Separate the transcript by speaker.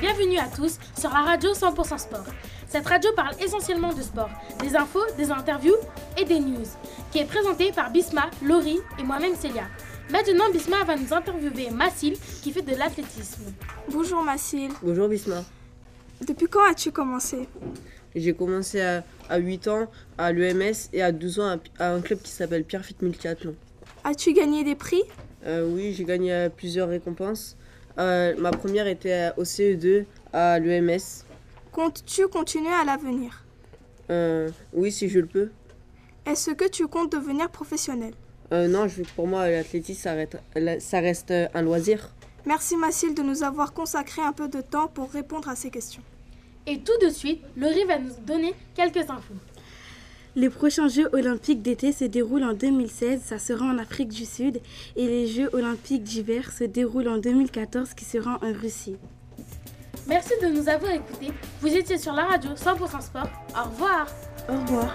Speaker 1: bienvenue à tous sur la radio 100% Sport. Cette radio parle essentiellement de sport, des infos, des interviews et des news, qui est présentée par Bisma, Laurie et moi-même Célia. Maintenant, Bisma va nous interviewer Massil qui fait de l'athlétisme.
Speaker 2: Bonjour Massil,
Speaker 3: Bonjour Bisma.
Speaker 2: depuis quand as-tu commencé
Speaker 3: J'ai commencé à, à 8 ans à l'EMS et à 12 ans à, à un club qui s'appelle Pierrefitte Multiathlon.
Speaker 2: As-tu gagné des prix
Speaker 3: Euh, oui, j'ai gagné euh, plusieurs récompenses. Euh, ma première était au CE2 à l'EMS.
Speaker 2: Comptes-tu continuer à l'avenir
Speaker 3: Euh, oui, si je le peux.
Speaker 2: Est-ce que tu comptes devenir professionnel
Speaker 3: Euh, non, je, pour moi, l'athlétisme, ça reste, la- ça reste euh, un loisir.
Speaker 2: Merci Massil de nous avoir consacré un peu de temps pour répondre à ces questions.
Speaker 1: Et tout de suite, Laurie va nous donner quelques infos.
Speaker 4: Les prochains Jeux olympiques d'été se déroulent en 2016, ça sera en Afrique du Sud, et les Jeux olympiques d'hiver se déroulent en 2014 qui sera en Russie.
Speaker 1: Merci de nous avoir écoutés. Vous étiez sur la radio 100% Sport. Au revoir
Speaker 4: Au revoir.